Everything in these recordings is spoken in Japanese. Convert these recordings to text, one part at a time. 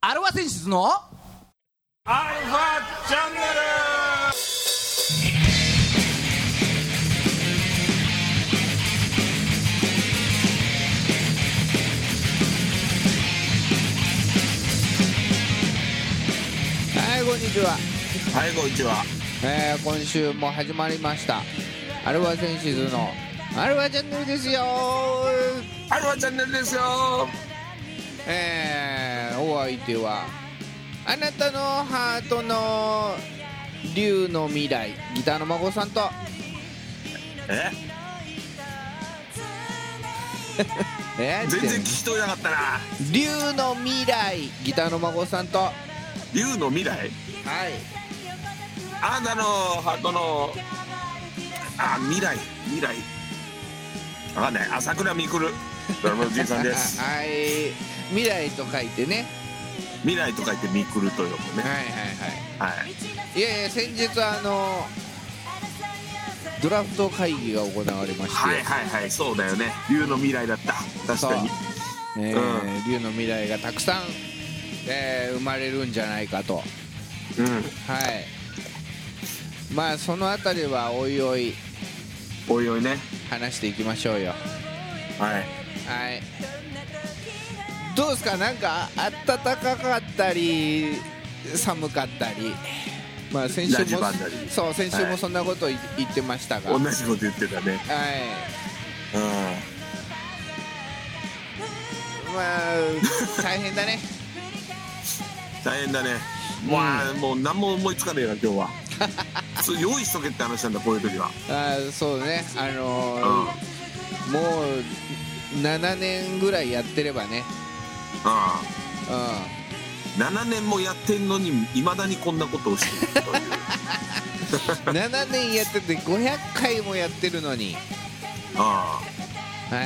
アルファ選出のアルファチャンネルはいこんにちは、はいこんにちはえー、今週も始まりましたアルファ選出のアルファチャンネルですよアルファチャンネルですよえー、お相手はあなたのハートの竜の未来ギターの孫さんとええー全然聞き取れなかったな竜の未来ギターの孫さんとは竜の未来いあなたのハートのあ未来未来わかんない朝倉未来ドラムのじいさんですあ はい未来と書いてね未来と書いて未来と呼ぶはいはねいはいはいいやいや先日あのドラフト会議が行われまして、はいはいはいそうだよね竜の未来だった確そうかにえうー竜の未来がたくさん、えー生まれるんじゃないかとうんはいまあそのあたりはおいおいおいおいね話していきましょうよはいはいどうですかなんか暖かかったり寒かったりまあ先週ラジもバンダリーそう先週はもいそんなこと言言ってましたが同はいじこと言ってたねうまあ大変だねん大変だねまあ、もう何も思いつかねえな今 日はそう用意しとけって話なんだこういう時はあーそうねあのうん、うーもう7年ぐらいやってればねん、う7年もやってんのにいまだにこんなことをしてると いうん7年やってて500回もやってるのにあは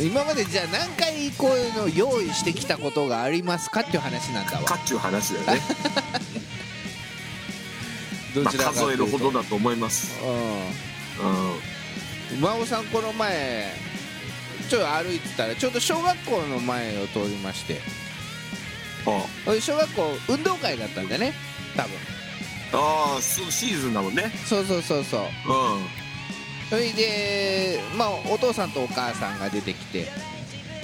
い、今までじゃあ何回こういうのを用意してきたことがありますかっていう話なん だあわかっちゅう話だよね、どまあ、ちらかと数いえうとるほどだと思いますううん馬尾さんこの前ちょっと歩いてたらちょうど小学校の前を通りましてんあおい小学校運動会だったんだね多分ああそうシーズンだもんねそうそうそうそううんそれでまあお父さんとお母さんが出てきて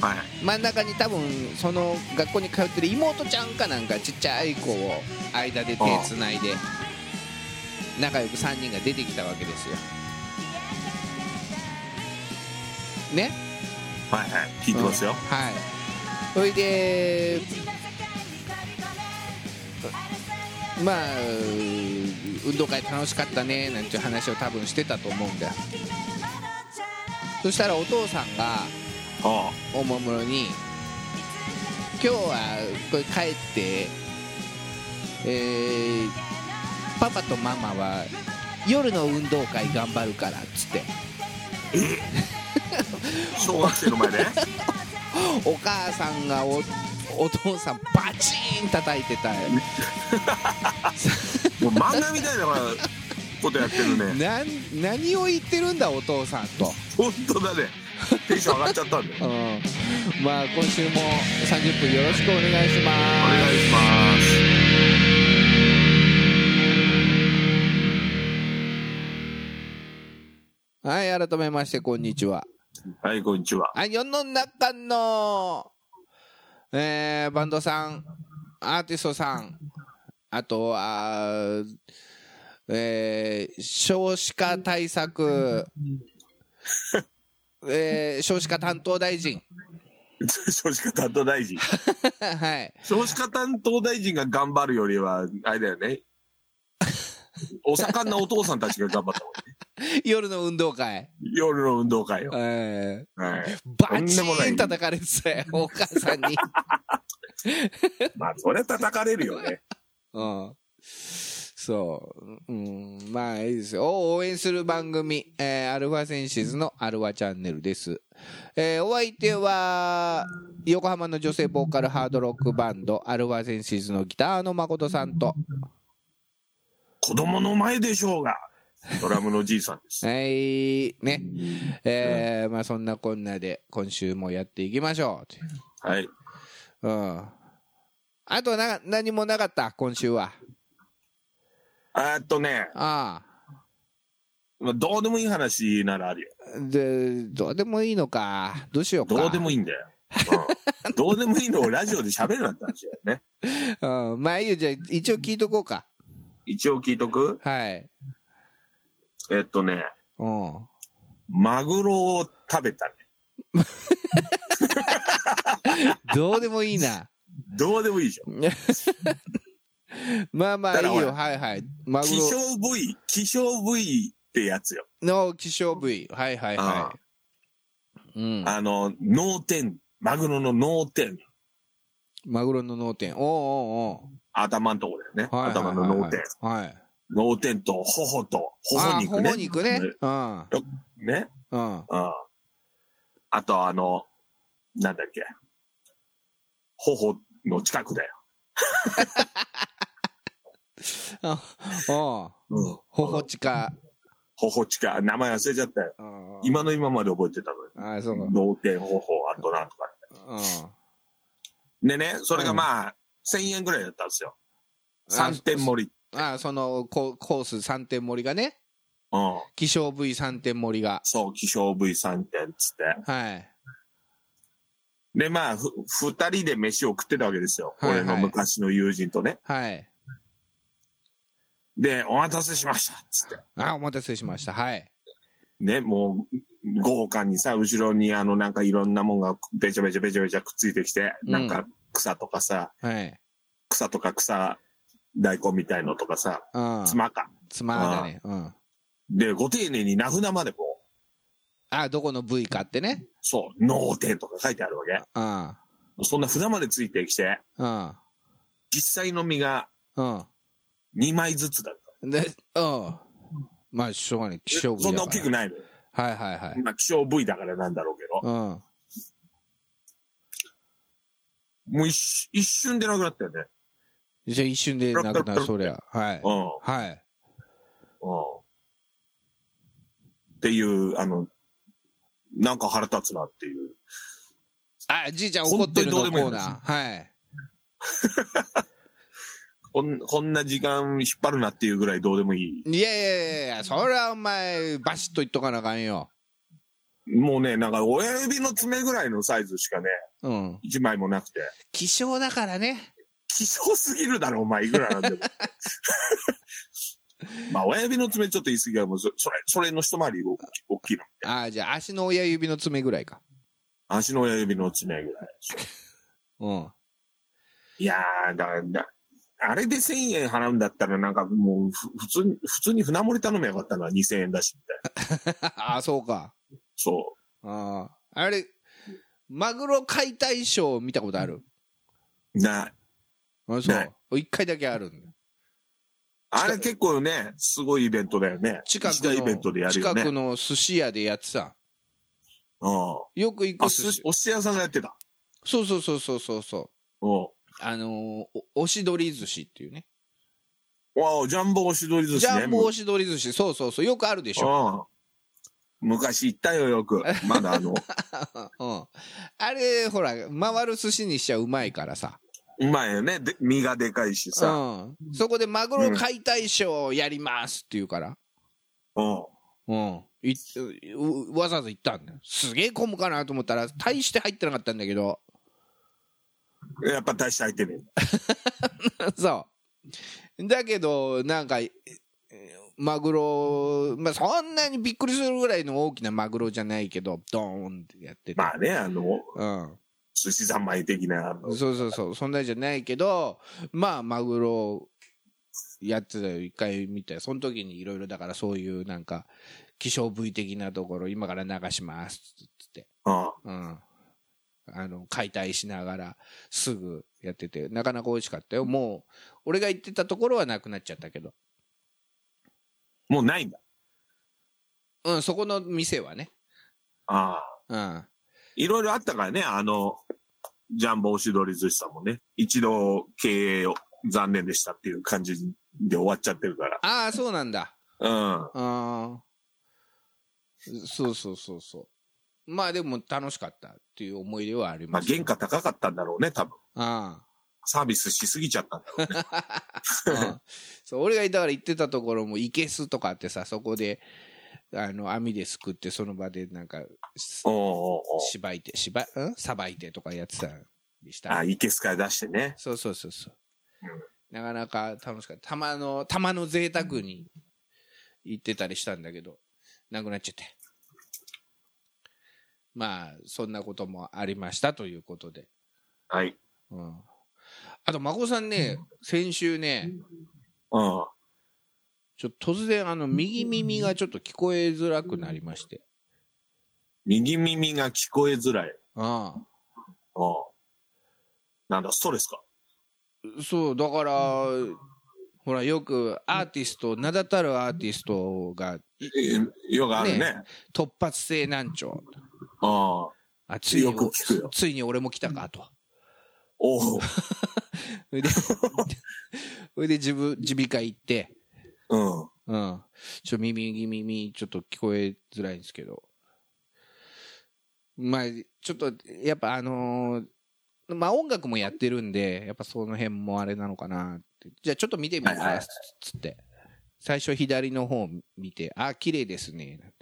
はい真ん中に多分その学校に通ってる妹ちゃんかなんかちっちゃい子を間で手つないで仲良く3人が出てきたわけですよねはいはい聞いてますよ、はいそれでまあ運動会楽しかったねなんていう話を多分してたと思うんだよそしたらお父さんがあおもむろに今日はこれ帰って、えーパパとママは夜の運動会頑張るからっつってあ小学生の 前でお母さんがおお父さんバチーン叩いてたもう漫画みたいなことやってる ねなん何を言ってるんだお父さんと、本当だねテンション上がっちゃったんでうお願いん、まあ今週も30分よろしくお願いしますしますはい改めましてこんにちははいこんにちはあ世の中の、えーバンドさん、アーティストさん、あとは、えー少子化対策、えー少子化担当大臣、 少子化担当大臣はい、少子化担当大臣が頑張るよりはあれだよねお盛んなお父さんたちが頑張った方がい夜の運動会、い 夜の運動会を、えーはい、バチとんでもなーンい叩かれてたよ、お母さ んに。まあそれ叩かれるよねうんそう、うん、まあいいですよ。を応援する番組、えーアルファセンシズのアルファチャンネルです。えーお相手は、横浜の女性ボーカルハードロックバンド、アルファセンシズのギターの誠さんと、子供の前でしょうがドラムのじいさんで すはい、ね、えーまあそんなこんなで今週もやっていきましょうという。はいうん。あとな何もなかった今週はあーっとね、あまあどうでもいい話ならあるよ。あでどうでもいいのかどうしようかどうでもいい、いいんだよ。うんどうでもいいのをラジオで喋るなって話だよね。うん、まあいいよじゃあ一応聞いとこうか一応聞いとくはいえっとね、うんマグロを食べたね。どうでもいい などうでもいいでしょ。まあまあいいただほよらはいはいマグ希ロ少部位、希少部位ってやつよ。の希少部位はいはいあはいうんあの、脳天、マグロの脳天、マグロの脳天おうお頭のとこだよね。うおうはいはいはい頭の脳天。はいはい脳天と頬と、頬あ肉ほね。ほ肉ねうんね。うんうん。あと、あの、なんだっけ。頬の近くだよ。あおううん。ほほちか頬近、名前忘れちゃったよ。うん今の今まで覚えてたああそうのかよ。脳天、頬、あとなんとか。うんでね、それうがんまあ、1000円ぐらいだったんですよ。3点盛り。ああそのココース3点盛りがねうん。希少部位3点盛りがそう、希少部位3点っつって。はいで、まあ、ふ、二人で飯を食ってたわけですよ。はいはい俺の昔の友人とね。はいで、お待たせしましたっつって。あお待たせしましたはいね、もう、豪華にさ、後ろにあの、なんかいろんなもんがべちゃべちゃべちゃべちゃくっついてきて、うんなんか草とかさ、はい草とか草、大根みたいのとかさ、うんつまか。つまんだねうんで、ご丁寧に名札までも、あどこの部位かってねそう、脳天とか書いてあるわけ。うんそんな札までついてきて、うん実際の身がうん2枚ずつだった。で、うん。まあ、しょうがない。希少部位そんだなから大きくないのよ。はいはいはい。まあ、希少部位だからなんだろうけど。うん。もう一瞬一瞬でなくなったよね。じゃあ一瞬でなくなる、そりゃ。はい。うん。うん。はい。っていう、あの、なんか腹立つなっていう。あ、じいちゃん怒ってるのコ本当にどーうでもいいナー。はい。こんこんな時間引っ張るなっていうぐらいどうでもいいやいやいやいや、それはお前、バシッと言っとかなあかんよ。い。もうね、なんか親指の爪ぐらいのサイズしかね、うん。一枚もなくて。希少だからね。希少すぎるだろ、お前、いくらなんでも。 まあ、親指の爪ちょっと言い過ぎはもうそそれ、それの一回り大き大きいの。あじゃあ足の親指の爪ぐらいか。足の親指の爪ぐらい。うん。 いやー、だ、だ、あれで1000円払うんだったら、なんかもう、ふ普通に、普通に船盛り頼めばよかったな、2000円だし、みたいな。あ、そうか。そああ。あれ、マグロ解体ショー見たことあるう。な、あそなう。一回だけあるんだよあれ結構ね、すごいイベントだよね。近く一大イベントでやの、るよ近ね。くの寿司屋でやってた。うん。よく行あ、くす寿司。お寿司屋さんがやってた。そうそうそうそうそうそう。うん。あのーお、押し取り寿司っていうね。わあ、ジャンボおしどり寿司ジね。ャンボ押し取り寿司、そうそうそう、よくあるでしょ。うん。昔行ったよ、よく。まだ あの、うん。あれ、ほら、回る寿司にしちゃうまいからさ。うまいよね。で身がでかいしうさ。ん。そこでマグロ解体ショーをやりますって言うから。うん。うん。いっわざわざ行ったんだよ。すげえ混むかなと思ったら、大して入ってなかったんだけ ど。やっぱ大して入ってねそう。だけど、なんか、えマグロ、まあ、そんなにびっくりするぐらいの大きなマグロじゃないけど、ドーンってやってて。え。まあね、あの、うん。寿司三昧的な。そうそうそう、そんなじゃないけど、まあ、マグロやってたよ、一回見て、その時にいろいろだから、そういうなんか、希少部位的なところ、今から流しますっつって、うん。うん、あの解体しながら、すぐやってて、なかなか美味しかったよ、もう、俺が行ってたところはなくなっちゃったけど、もうないんだ。うん、そこの店はね、ああ。うん、いろいろあったからね、あの、ジャンボおしどり寿司さんもね、一度経営を残念でしたっていう感じで終わっちゃってるから。ああ、そうなんだ。うん。あーそうそうそうそうまあでも楽しかったっていう思い出はありままあ、す 原価高かったんだろうね、多分。あサービスしすぎちゃったんだろうね。うんそう俺がいたから行ってたところも、いけすとかってさ、そこで、あの、網ですくって、その場でなんか、しおうおうおうしばいて、しば、んさばいてとかやってたりした。あ、いけすから出してね。そうそうそうそううん。なかなか楽しかった。玉の、玉の贅沢に行ってたりしたんだけど、なくなっちゃって。まあ、そんなこともありましたということで。はい。うん。あと、孫さんね、先週ね、うん。ちょっと突然、あの、右耳がちょっと聞こえづらくなりまして。右耳が聞こえづらい。ああ。うん。なんだ、ストレスか。そう、だから、ほら、よくアーティスト、名だたるアーティストがえよがあるね。ね突発性難聴。うん。あついよにく聞くよついに俺も来たかと。おう。そ れで、それで自分、耳鼻科行って、うん。うん。ちょ、耳、耳、耳、ちょっと聞こえづらいんですけど。まあ、ちょっと、やっぱあのーまあ音楽もやってるんで、やっぱその辺もあれなのかなって。じゃあちょっと見てみます、はいはいつって。最初左の方見て、あー、綺麗ですね。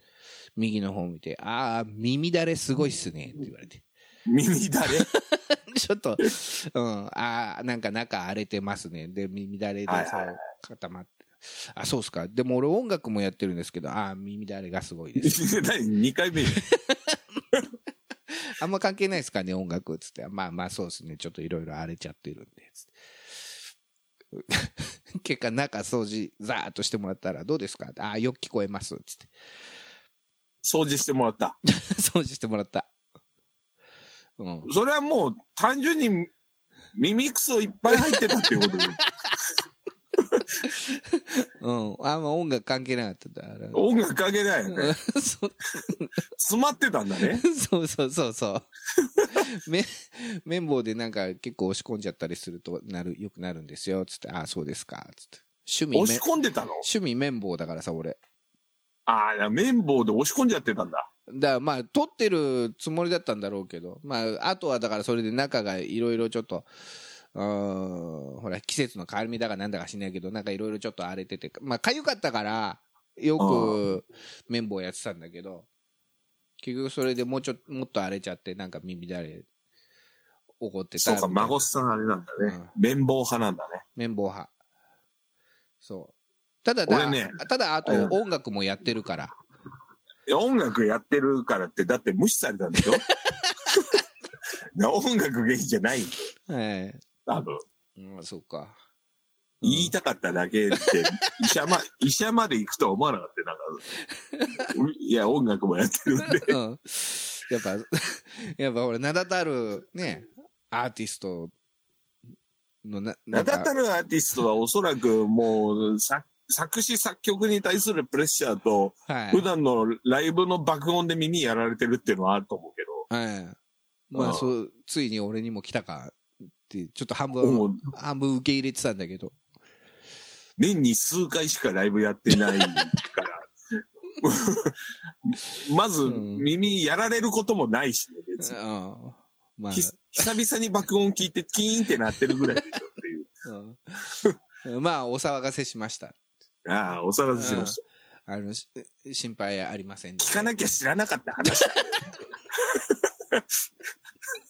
右の方見て、あー、耳だれすごいっすね。って言われて。耳 だれ。 ちょっと、うん、あーなんか中荒れてますね。で、耳だれではいはいそはいう固まって。あ、そうっすか。でも俺音楽もやってるんですけど、あー耳だれがすごい です。何 ?2 回目。あんま関係ないですかね、音楽。つって。まあまあそうですね。ちょっといろいろ荒れちゃってるんで。 つって結果中掃除ザーッとしてもらったらどうですかあーよく聞こえます。つって。 掃除してもらった。掃除してもらった。うん。それはもう単純に耳くそいっぱい入ってたっていうことで。うん。あんま音楽関係なかったんだ。音楽かけないようねん。 そう詰まってたんだね。 そうそうそうそう。 め、綿棒でなんか結構押し込んじゃったりするとなる、よくなるんですよ。つって、ああ、そうですか。つって。趣味押めし、込んでたの趣味綿棒だからさ、俺。ああ、綿棒で押し込んじゃってたんだ。だからまあ、取ってるつもりだったんだろうけど、まあ、あとはだからそれで中がいろいろちょっと、うーん、ほら、季節の変わり目だかなんだかしないけど、なんかいろいろちょっと荒れてて、まあ、かゆかったから、よく綿棒やってたんだけど、結局それでもうちょ、もっと荒れちゃって、なんか耳だれ、怒ってた。そうか、孫さんあれなんだね。綿棒派なんだね。綿棒派。そう。ただだ、俺ねただ、あとうん音楽もやってるから。いや音楽やってるからって、だって無視されたんでしょな音楽原因じゃないよえ多分。えうん、そうか。うん言いたかっただけで、医者ま、医者まで行くとは思わなかったよなんか、いや、音楽もやってるんで。うんやっぱ、 やっぱ俺、名だたるね、アーティストのな、な名んかだたるアーティストはおそらくもう、作作詞作曲に対するプレッシャーと、はい。普段のライブの爆音で耳やられてるっていうのはあると思うけはい。まうあ、んそう、ついに俺にも来たかって、ちょっと半ど、も分、う半分受け入れてたんだけど。年に数回しかライブやってな いから、まずうん耳やられることもないしね、別うに。ん。まあ、ひ久々に爆音聞いてキーンってなってるぐらいでしょっていう。うんまあ、お騒がせしました。ああ、お騒がせしました。あの、し心配ありませんで聞かなきゃ知らなかった話だ。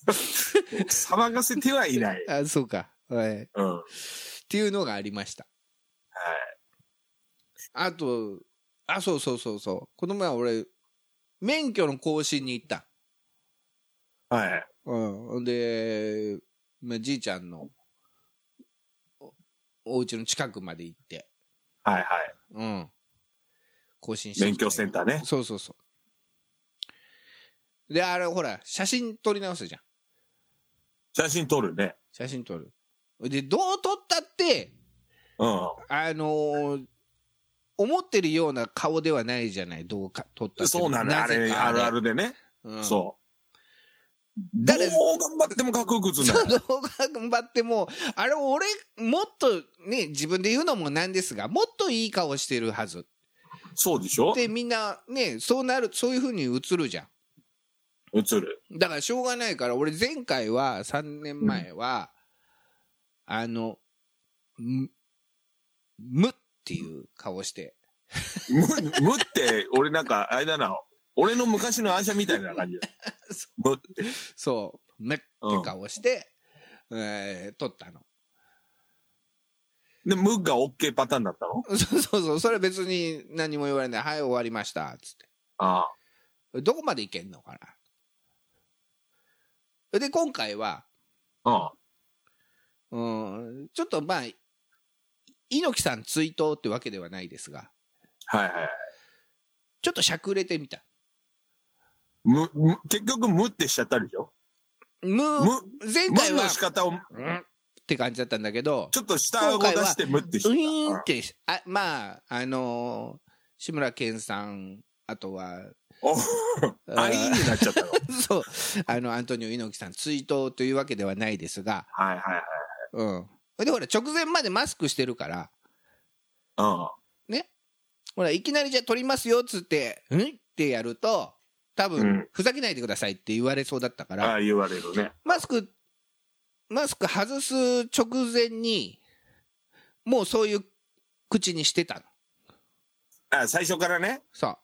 騒がせてはいない。あ、そうか。はい。っうん。はい。ていうのがありました。あと、あ、そうそうそうそう。この前俺、免許の更新に行った。はい。うん。で、まあ、じいちゃんのおお家の近くまで行って、はいはい。うん。更新してきて免許センターね。そうそうそう。で、あれ、ほら、写真撮り直すじゃん。写真撮るね。写真撮る。で、どう撮ったって、うん。あのー思ってるような顔ではないじゃない、どうか撮ったってそうなの。あぜれ、かあるあるでね。うんそう。どう誰頑張ってもかっこよく映んそなのい。動画頑張っても、あれ、俺、もっとね、自分で言うのもなんですが、もっといい顔してるはず。そうでしょで、みんなね、そうなる、そういう風に映るじゃ映る。ん。だからしょうがないから、俺前回は、3年前は、あの、む、むっていう顔して、む、むって、俺なんか、あれだな、俺の昔のアーシャみたい な感じだ。むって。そう、めってうん顔して、えー撮ったの。 で、むが OK パターンだったのそうそうそう、それ別に何も言われない。はい、終わりました。つって。ああ。どこまでいけんのかな。で、今回は、あうん、ちょっとまあ、猪木さん追悼ってわけではないですが、あ。はいはい。ちょっとしゃくれてみた。む、む結局、むってしちゃったでしょむ、む、前む回はの、仕方を、うんって感じだったんだけど、ちょっと下を出してむってしちうゃっーんたっ。て、あまあ、あのー志村けんさん、あとは、 おあ、いいになっちゃったの。そう、あの、アントニオ猪木さん追悼というわけではないですが、はいはいはい。うん。で、ほら、直前までマスクしてるから、うん。ほら、いきなりじゃあ撮りますよ、っつって、んってやると、多分、うんふざけないでくださいって言われそうだったから、ああ、言われるね。マスク、マスク外す直前に、もうそういう口にしてたの。あ最初からね、そう。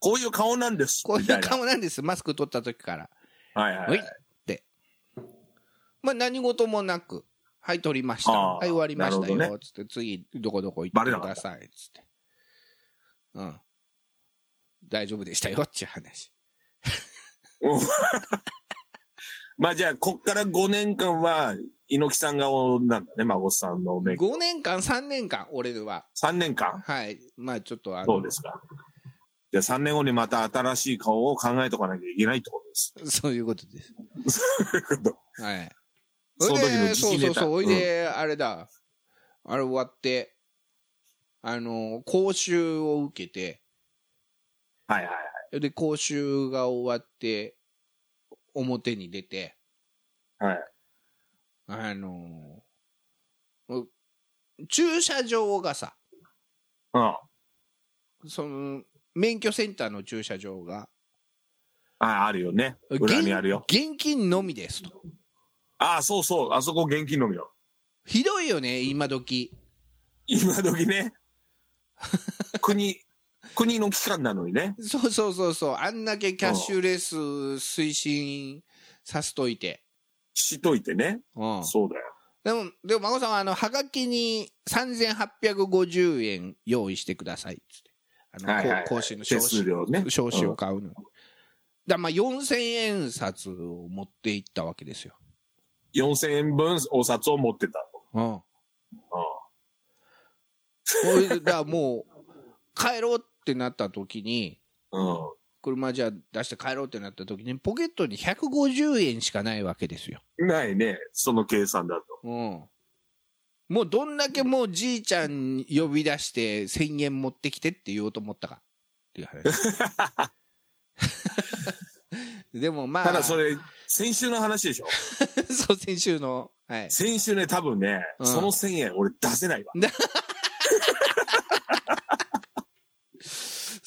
こういう顔なんです。こうみいたう顔なんです、マスク取った時から。はいはい。はいって。まあ何事もなく、はい、取りました。あーはい、終わりましたなるほよ。つって、次、どこどこ行っバてレなくかだったさい。つって。うん。大丈夫でしたよっていう話。 まあじゃあ、こっから5年間は、猪木さん顔なんだね、孫さんのメイク。 5年間、3年間、俺は。 3年間はい。まあちょっとあそのうで、すか。じゃあ3年後にまた新しい顔を考えとかなきゃいけないってことです。 そういうことです。はい。その時の自そう信そネうタそう、おいで、あれだ、あれ終わって、あの、講習を受けて、はいはいはい。で、講習が終わって、表に出て、はい。あの、う駐車場がさ、うん。その、免許センターの駐車場が、ああるよね。現裏にあるよ。現金のみですと。ああ、そうそう。あそこ現金のみよ。ひどいよね、今時。今時ね。国、国の機関なのにね。そうそうそうそう、あんだけキャッシュレス推進させといて。しといてね。うん、そうだよ。でも、でも、孫さんは、あの、はがきに3850円用意してくださいっつって。あの、はいはいはいこう講師の手証数紙、料ね。証紙を買うの。だまあ、4000円札を持っていったわけですよ。 4000円分お札を持ってた。うん。うん。これだからもう、帰ろうってなった時に、うん。車じゃあ出して帰ろうってなった時に、ポケットに150円しかないわけですよ。ないね。その計算だと。うん。もうどんだけもうじいちゃん呼び出して1000円持ってきてって言おうと思ったかっていう話。 でもまあ、ただそれ、先週の話でしょそう、先週の、はい。先週ね、多分ね、うんその1000円俺出せないわ。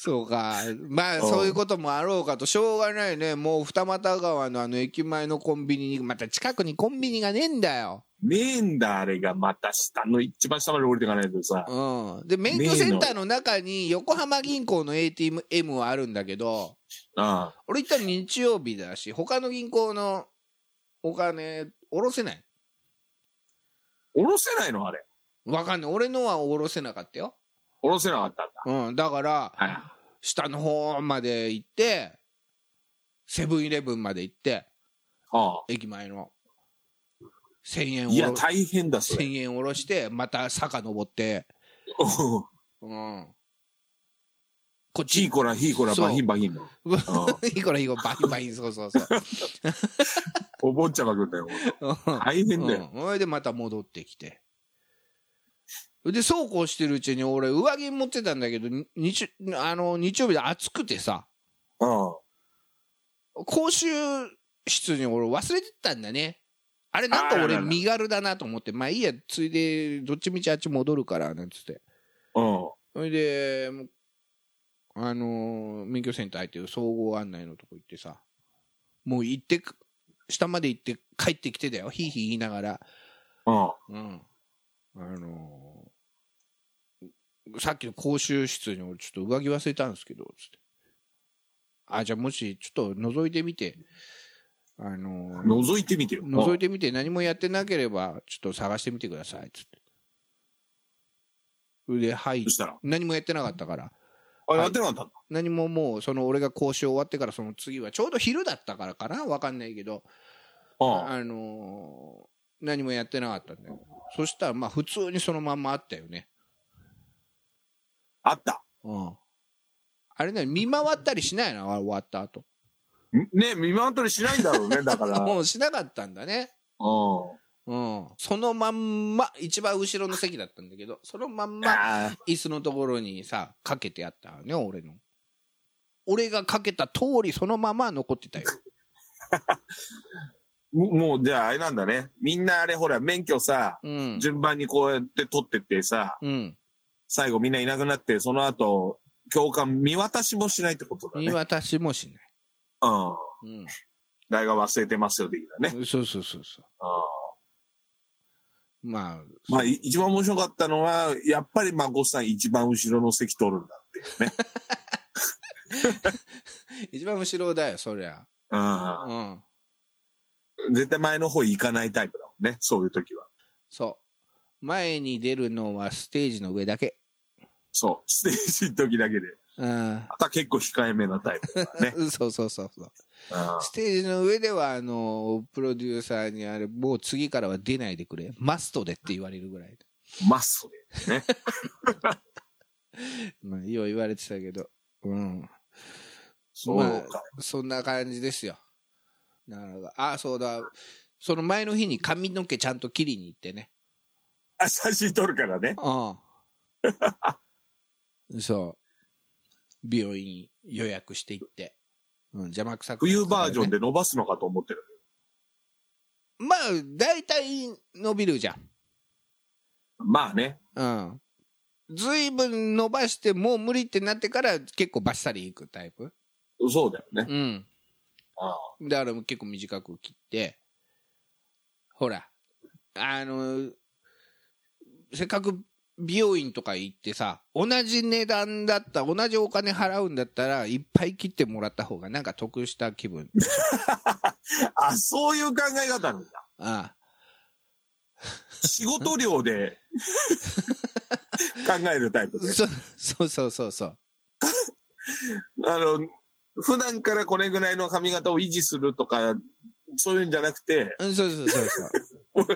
そうか。まあ、うんそういうこともあろうかと、しょうがないね。もう二俣川のあの駅前のコンビニに、また近くにコンビニがねえんだよ。ねえんだ、あれが。また下の一番下まで降りていかないとさ。うん。で、免許センターの中に横浜銀行の ATM はあるんだけど、うん。俺行ったの日曜日だし他の銀行のお金下ろせない降ろせないのあれ。わかんない俺のは下ろせなかったよ、降ろせなかったんだ。うん、だからは下の方まで行ってセブンイレブンまで行って駅前の1000円い。うん。い下や、ろ大変だ、それ。千円下ろしてまた坂登って、おううん、こっ ひちいこら、ひいこら、そうばひんばひんの。 うわうんいいこらいいこらバイバイそうそうそう お坊ちゃまくんだよ。うん大変だよ。うん、それでまた戻ってきてでそうこうしてるうちに俺上着持ってたんだけどに日あの日曜日で暑くてさうん。講習室に俺忘れてたんだねあれなんかあらら俺ら身軽だなと思ってまあいいやついでどっちみちあっち戻るからなんつってうん。それでもうあのー免許センター入ってる総合案内のとこ行ってさもう行ってく下まで行って帰ってきてだよひいひい言いながらうん。うん。あのーさっきの講習室に俺ちょっと上着忘れたんですけど、つって。あ、じゃあもしちょっと覗いてみて、あのー覗いてみてよ。覗いてみて何もやってなければ、ちょっと探してみてください、つって。それで、はういんそ。したら。何もやってなかったから。あ、はいやってなかったんだ。何ももう、その俺が講習終わってからその次は、ちょうど昼だったからかなわかんないけど、うん。あのー何もやってなかったんだよ。そしたら、まあ、普通にそのまんまあったよね。あった。うん。あれね、見回ったりしないの終わった後。んね、見回ったりしないんだろうね、だか ら。うん。もうしなかったんだね。うん。そのまんま、一番後ろの席だったんだけど、そのまんま、あ椅子のところにさ、かけてあったわね、俺の。俺がかけた通り、そのまま残ってたよ。ーももう、じゃああれなんだね。みんなあれ、ほら、免許さ、うん。順番にこうやって取ってってさ、うん。最後みんないなくなって、その後、教官見渡しもしないってことだね。う見ん。渡しもし大学忘れてますよ、的ななね。い。うん。そうそうそうそうんう。まあ、まあ、い一番面白かったのは、やっぱり孫さん一番後ろの席取るんだ一番後ろだよ、そりゃ。っうん。て。うん。絶対前の方行かないタイプだもんね、そういう時は。そう。前に出るのはステージの上だけ。そう。ステージの時だけで。うん。。また結構控えめなタイプだから ねうんそうそうそうそう。うんステージの上では、あの、プロデューサーにあれ、もう次からは出ないでくれ。マストでって言われるぐらい。マストで。まあ、よう言われてたけど。うん。そうか。そんな感じですよ。なるほど。あ、そうだ。その前の日に髪の毛ちゃんと切りに行ってね。あ、写真撮るからね。うん。 そう。病院予約して行って。うん、邪魔くさくなってた冬からねバージョンで伸ばすのかと思ってる。まあ、大体伸びるじゃん。まあね。うん。ずいぶん伸ばして、もう無理ってなってから結構バッサリいくタイプ。そうだよね。うん。ああだから結構短く切って、ほら、あの、せっかく美容院とか行ってさ、同じ値段だった、同じお金払うんだったら、いっぱい切ってもらった方がなんか得した気分。あ、そういう考え方なんだ。 ああ仕事 量で考えるタイプで。そそうそうそうそう。あの、普段からこれぐらいの髪型を維持するとか、そういうんじゃなくて、うん、そうそうそうそう。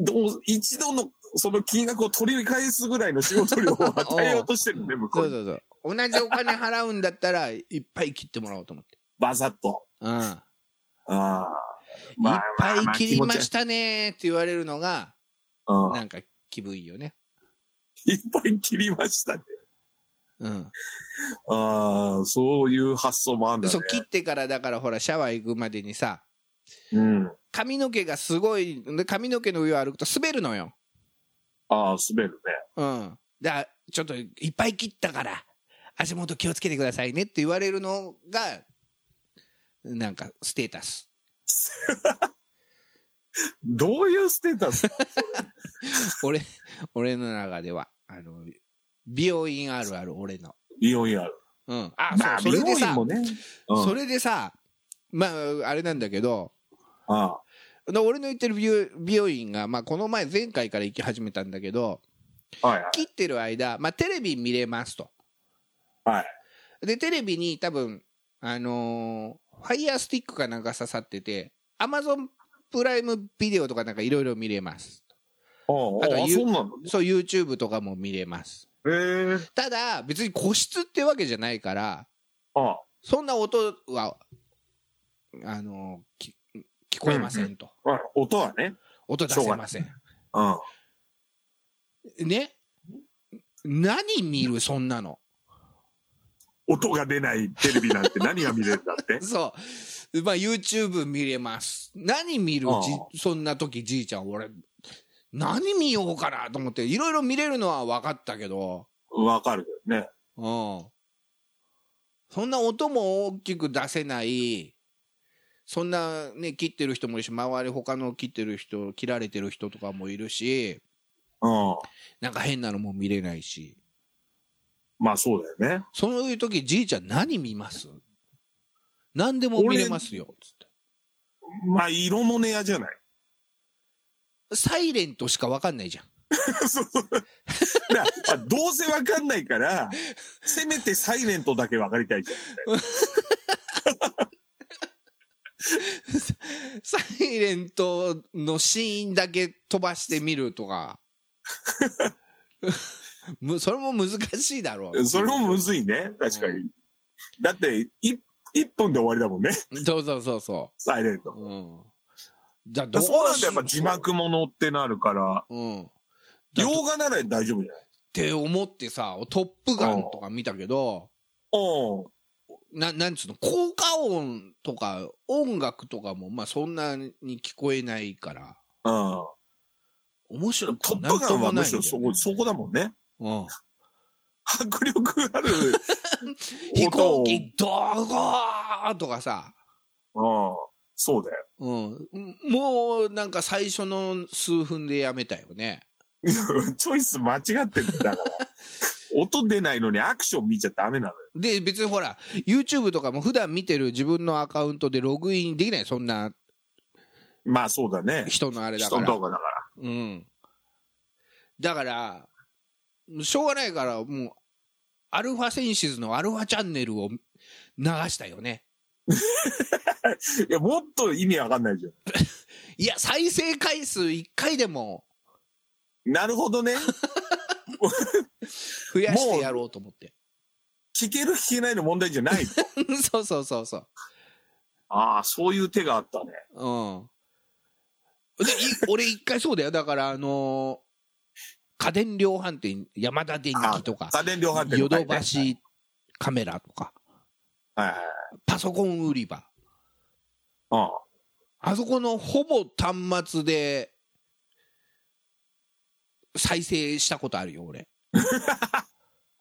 どう一度のその金額を取り返すぐらいの仕事量を与えようとしてるね、向こそううに。そうそう。同じお金払うんだったら、いっぱい切ってもらおうと思って。バサッと。うん。ああ。いっぱい切りま気持ちしたねーって言われるのが、うんなんか気分いいよね。いっぱい切りましたね。うん。ああ、そういう発想もあるんだね。そう、切ってからだからほら、シャワー行くまでにさ、うん。髪の毛がすごい、で髪の毛の上を歩くと滑るのよ。ああ、滑るね。うん。だちょっといっぱい切ったから、足元気をつけてくださいねって言われるのが、なんかステータス。どういうステータス 俺、俺の中では、あの、美容院あるある俺の。美容院ある。うん。あ、まあ、そ美う、それ容で院さ、もね。うんそれでさ、まあ、あれなんだけど、あで俺の行ってる美容美容院が、まあ、この前、前回から行き始めたんだけど、あ、はいはい。切ってる間、まあ、テレビ見れますと。はい。で、テレビに多分、あのーファイヤースティックかなんか刺さってて、アマゾンプライムビデオとかなんかいろいろ見れます。ああとあ、あゆそうなのそう、YouTube とかも見れます。へえ。ただ、別に個室ってわけじゃないから、ああ、そんな音は、あのーき聞こえませんと。はい音はね。音出せません。うん。ね何見るそんなの。。音が出ないテレビなんて何が見れるんだってそう。まあ、YouTube 見れます。何見るああじそんな時、じいちゃん、俺、何見ようかなと思って、いろいろ見れるのは分かったけど、 わかるけどね。うん。そんな音も大きく出せない、そんなね、切ってる人もいるし、周り他の切ってる人、切られてる人とかもいるし、うん。なんか変なのも見れないし。まあそうだよね。そういう時、じいちゃん何見ます何でも見れますよ。つってまあ色もねやじゃない。サイレントしかわかんないじゃん。 そうそうなまあどうせわかんないから、せめてサイレントだけわかりたいじゃん。サイレントのシーンだけ飛ばしてみるとか。む それも難しいだろう。それもむずいね、確かに。うだって、い一分で終わりだもんね、そうそうそうそサイレント。う。うん。じゃあどそううなんだやっぱ字幕ものってなるから、うん。っ洋画なら大丈夫じゃないて思ってさ、トップガンとか見たけど、うん。ななんつうの、効果音とか音楽とかも、まあそんなに聞こえないから、うん。面白くトッなプんガとンもはなむいんしだよろねそこ、そこだもんね。うん。迫力 ある飛音を行機ドゴーとかさ、うん。そうだよ。 うん、もうなんか最初の数分でやめたよね。チョイス間違ってんだから。音出ないのにアクション見ちゃダメなのよ。で、別にほら、YouTube とかも普段見てる自分のアカウントでログインできない、そんなまあそうだね。人のあれだか人のら。動画だかうん。だから、しょうがないから、もう、アルファセンシズのアルファチャンネルを流したよね。ら。いや、もっと意味わかんないじゃいや、再生回数1回でもん。なるほどね。増やしてやろうと思って。聞ける聞けないの問題じゃない。 そうそうそうそう。ああ、そういう手があったね。うん。で、い 俺一回そうだよ。だから、あのー家電量販店、山田電機とか、家電量販店ヨのド回ねバシカメラとか、はいはい。パソコン売り場。ああそこのほぼ端末で、再生したことあるよ、俺。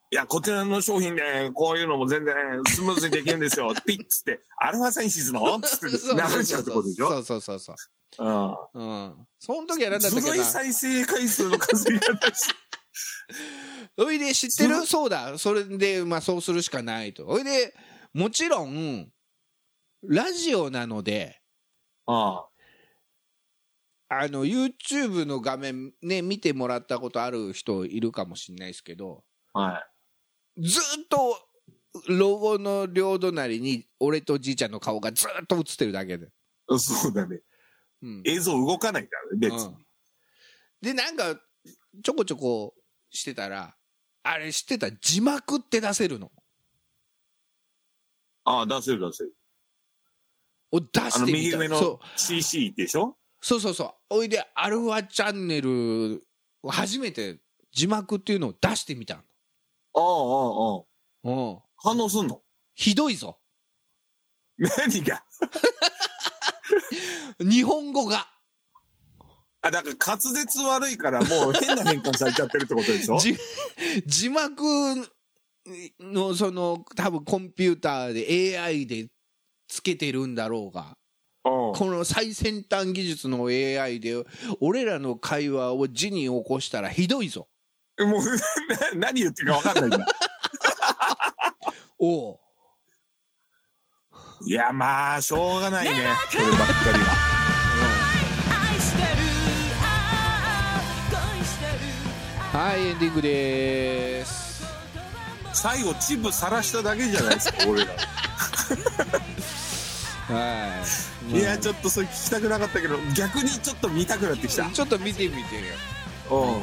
いや、こちらの商品ね、こういうのも全然スムーズにできるんです よ。ピッつって、アルファセンシズのつって流れちゃうってことでしょそうそうそうそう。ううん。ん。その時はなんだったっずけるいな。再生回数の数にな ったし。おいで、知ってるそうだ。それで、まあ、そうするしかないと。おいで、もちろん、ラジオなので、ああの、YouTube の画面ね、見てもらったことある人いるかもしれないですけど、あ。はい。ずーっと、ロゴの両隣に、俺とじいちゃんの顔がずーっと映ってるだけで。そうだね。うん。映像動かないからね、別うにん。で、なんか、ちょこちょこしてたら、あれ知ってた字幕って出せるの。ああ、出せる出せる。を出あの、してみ右た上そうの CC でしょそうそうそう。おいで、アルファチャンネル、初めて字幕っていうのを出してみたああ、ああ、ああ。の。うん。反応すんの ひどいぞ。何が日本語が。あ、だから滑舌悪いからもう変な変換されちゃってるってことで しょ字字幕の、その、多分コンピューターで AI でつけてるんだろうが、うこの最先端技術の AI で、俺らの会話を字に起こしたらひどいぞ。ん。もう、な何言ってるか分かんないんだ。 おう。いや、まあ、しょうがないね。こればっかりは。愛してるああ恋してるはい、エンディングでーす。最後、チブさらしただけじゃないですか、俺ら。はい。いや、ちょっとそれ聞きたくなかったけど、逆にちょっと見たくなってきた。うん。ちょっと見てみてよ。ほ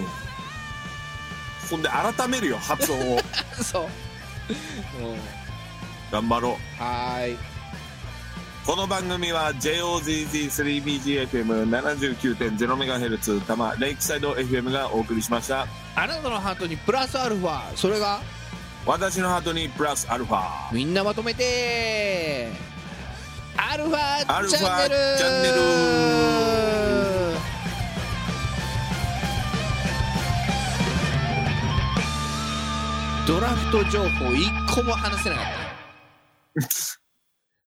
んで、改めるよ、発音を。そう。頑張ろう。はーい。この番組は JOZZ3BGFM79.0MHz 多摩レイクサイド FM がお送りしましたあなたのハートにプラスアルファ、それが私のハートにプラスアルファみんなまとめてアルフアァルチファャンネルチャンネルドラフト情報一個も話せなかっ